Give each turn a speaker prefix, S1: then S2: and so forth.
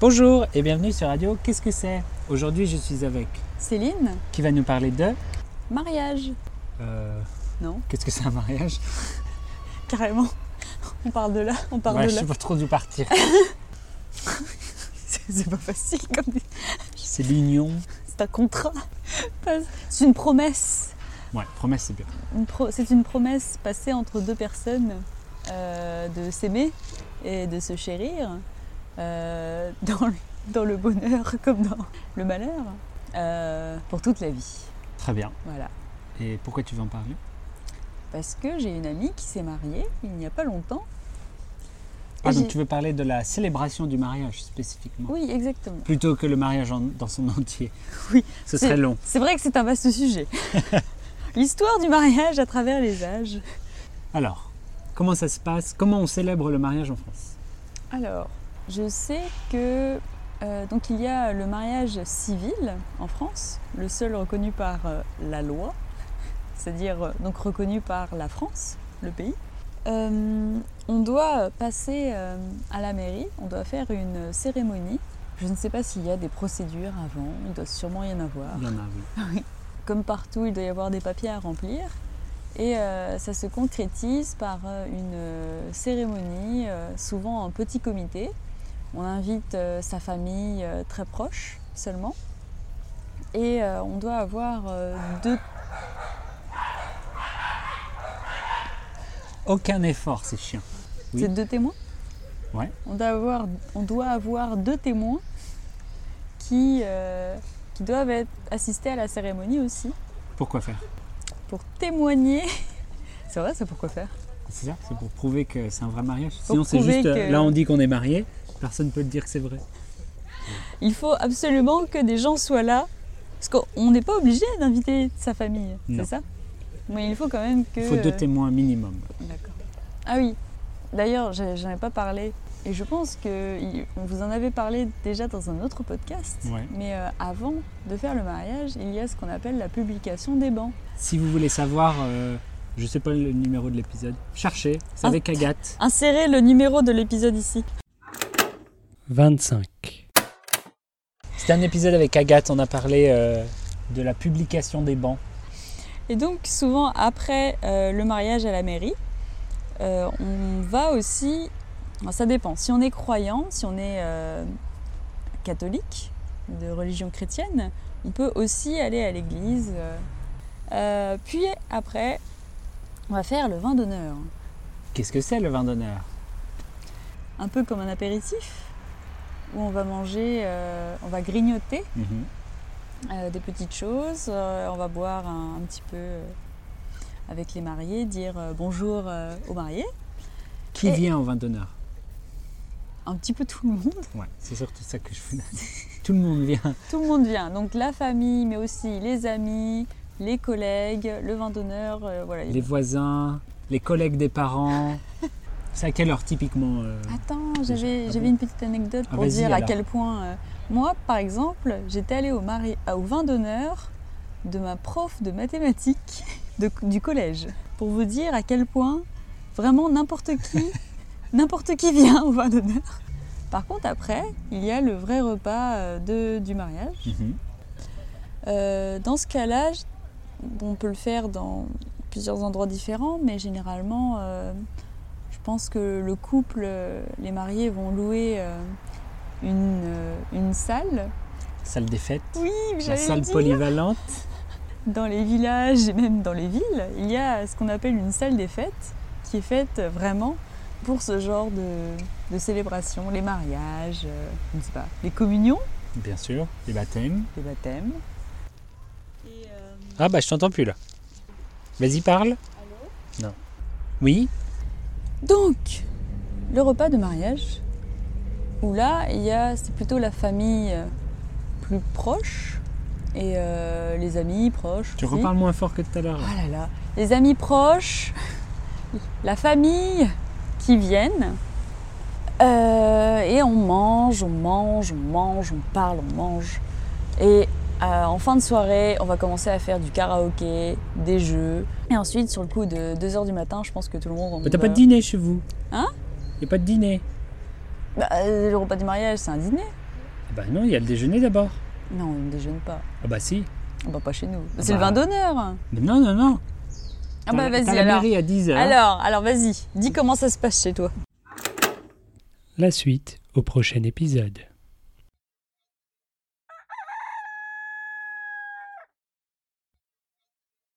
S1: Bonjour et bienvenue sur Radio Qu'est-ce que c'est Aujourd'hui je suis avec
S2: Céline,
S1: qui va nous parler de...
S2: mariage.
S1: euh,
S2: Non,
S1: Qu'est-ce que c'est un mariage
S2: carrément. On parle de là, on parle
S1: Ouais,
S2: de
S1: Je
S2: là.
S1: sais pas trop d'où partir.
S2: C'est c'est pas facile comme.
S1: c'est l'union.
S2: C'est un contrat. C'est une promesse.
S1: Ouais, promesse c'est bien.
S2: Une pro- C'est une promesse passée entre deux personnes euh, de s'aimer et de se chérir euh, dans, le, dans le bonheur comme dans le malheur euh, pour toute la vie.
S1: Très bien.
S2: Voilà.
S1: Et pourquoi tu veux en parler
S2: Parce que j'ai une amie qui s'est mariée il n'y a pas longtemps.
S1: Ah
S2: Et
S1: donc
S2: j'ai-
S1: tu veux parler de la célébration du mariage spécifiquement
S2: Oui, exactement.
S1: Plutôt que le mariage en- dans son entier.
S2: Oui,
S1: Ce
S2: c'est-
S1: serait long.
S2: C'est vrai que c'est un vaste sujet. L'histoire du mariage à travers les âges.
S1: Alors, comment ça se passe Comment on célèbre le mariage en France
S2: Alors, je sais que euh, donc il y a le mariage civil en France, le seul reconnu par euh, la loi, c'est-à-dire euh, donc reconnu par la France, le pays. Euh, on doit passer euh, à la mairie, on doit faire une cérémonie. Je ne sais pas s'il y a des procédures avant, il doit sûrement y en avoir.
S1: Il y en a,
S2: Ah.
S1: oui.
S2: comme partout, il doit y avoir des papiers à remplir. Et euh, ça se concrétise par euh, une euh, cérémonie, euh, souvent en petit comité. On invite euh, sa famille euh, très proche seulement. Et euh, on doit avoir euh, deux...
S1: Ah, Aucun effort, ces chiens. Oui.
S2: c'est deux témoins
S1: Ouais.
S2: On doit avoir, on doit avoir deux témoins qui, euh, qui doivent être assistés à la cérémonie aussi
S1: Pourquoi faire
S2: pour témoigner. c'est vrai, c'est pourquoi faire
S1: C'est ça C'est pour prouver que c'est un vrai mariage Sinon, c'est
S2: prouver
S1: juste euh,
S2: que-
S1: là, on dit qu'on est marié, personne ne peut te dire que c'est vrai.
S2: Il faut absolument que des gens soient là. Parce qu'on n'est pas obligé d'inviter sa famille,
S1: Non.
S2: c'est ça Mais il faut quand même que.
S1: Il faut deux témoins minimum.
S2: D'accord. Ah oui. D'ailleurs, j'en j'en ai pas parlé. Et je pense que il- on vous en avait parlé déjà dans un autre podcast.
S1: Ouais.
S2: Mais euh, avant de faire le mariage, il y a ce qu'on appelle la publication des bancs.
S1: Si vous voulez savoir, euh, je sais pas le numéro de l'épisode, cherchez, c'est
S2: Ah.
S1: avec Agathe.
S2: Insérez le numéro de l'épisode ici.
S1: 25. C'était un épisode avec Agathe, on a parlé euh, de la publication des bancs.
S2: Et donc souvent après euh, le mariage à la mairie, euh, on va aussi... Enfin, ça dépend. Si on est croyant, si on est euh, catholique, de religion chrétienne, on peut aussi aller à l'église. euh. Euh, puis après, on va faire le vin d'honneur.
S1: Qu'est-ce que c'est le vin d'honneur
S2: Un peu comme un apéritif, où on va manger, euh, on va grignoter
S1: Mhm.
S2: euh, des petites choses. euh, on va boire un, un petit peu euh, avec les mariés, dire euh, bonjour euh, aux mariés.
S1: Qui
S2: Et-
S1: vient au vin d'honneur
S2: un petit peu tout le monde.
S1: Ouais, c'est surtout ça que je voulais. Tout le monde vient.
S2: Tout le monde vient. Donc la famille, mais aussi les amis, les collègues, le vin d'honneur, euh, voilà.
S1: Les voisins, les collègues des parents. C'est à quelle heure typiquement euh,
S2: Attends,
S1: Déjà.
S2: j'avais
S1: Ah
S2: j'avais
S1: bon
S2: une petite anecdote
S1: Ah,
S2: pour
S1: vas-y,
S2: dire à
S1: alors.
S2: quel point euh, moi, par exemple, j'étais allée au mari à- au vin d'honneur de ma prof de mathématiques de- du collège pour vous dire à quel point vraiment n'importe qui n'importe qui vient au vin d'honneur. Par contre, après, il y a le vrai repas euh, de- du mariage.
S1: mhm.
S2: Euh, dans ce cas-là, j- on peut le faire dans plusieurs endroits différents, mais généralement, euh, je pense que le couple, euh, les mariés vont louer euh, une, euh, une salle.
S1: Salle des fêtes,
S2: Oui,
S1: la
S2: j'allais
S1: salle
S2: le dire.
S1: polyvalente.
S2: Dans les villages et même dans les villes, il y a ce qu'on appelle une salle des fêtes, qui est faite vraiment pour ce genre de, de célébration, les mariages, euh, je ne sais pas, les communions,
S1: Bien sûr, les baptêmes.
S2: les baptêmes.
S1: Ah bah je t'entends plus là. Vas-y parle. Non. Oui
S2: Donc, le repas de mariage, où là, il y a, c'est plutôt la famille euh, plus proche et euh, les amis proches.
S1: Tu
S2: aussi.
S1: reparles moins fort que tout à l'heure.
S2: Ah là là, les amis proches, la famille qui viennent. Euh, et on mange, on mange, on mange, on parle, on mange. Et euh, en fin de soirée, on va commencer à faire du karaoké, des jeux. Et ensuite, sur le coup de 2h du matin, je pense que tout le monde.
S1: Mais t'as
S2: remonte,
S1: pas de
S2: euh,
S1: dîner chez vous
S2: Hein
S1: Y a pas de dîner.
S2: bah, euh, le repas du mariage, c'est un dîner.
S1: Ah bah non, il y a le déjeuner d'abord.
S2: Non, on ne déjeune pas.
S1: Ah bah si.
S2: Ah bah pas chez nous. C'est le
S1: bah.
S2: vin d'honneur. Ah
S1: Mais non, non, non. T'as
S2: bah
S1: la-
S2: vas-y
S1: t'as la
S2: alors.
S1: mairie hein. à 10 heures.
S2: Alors, alors vas-y, dis comment ça se passe chez toi.
S1: La suite au prochain épisode.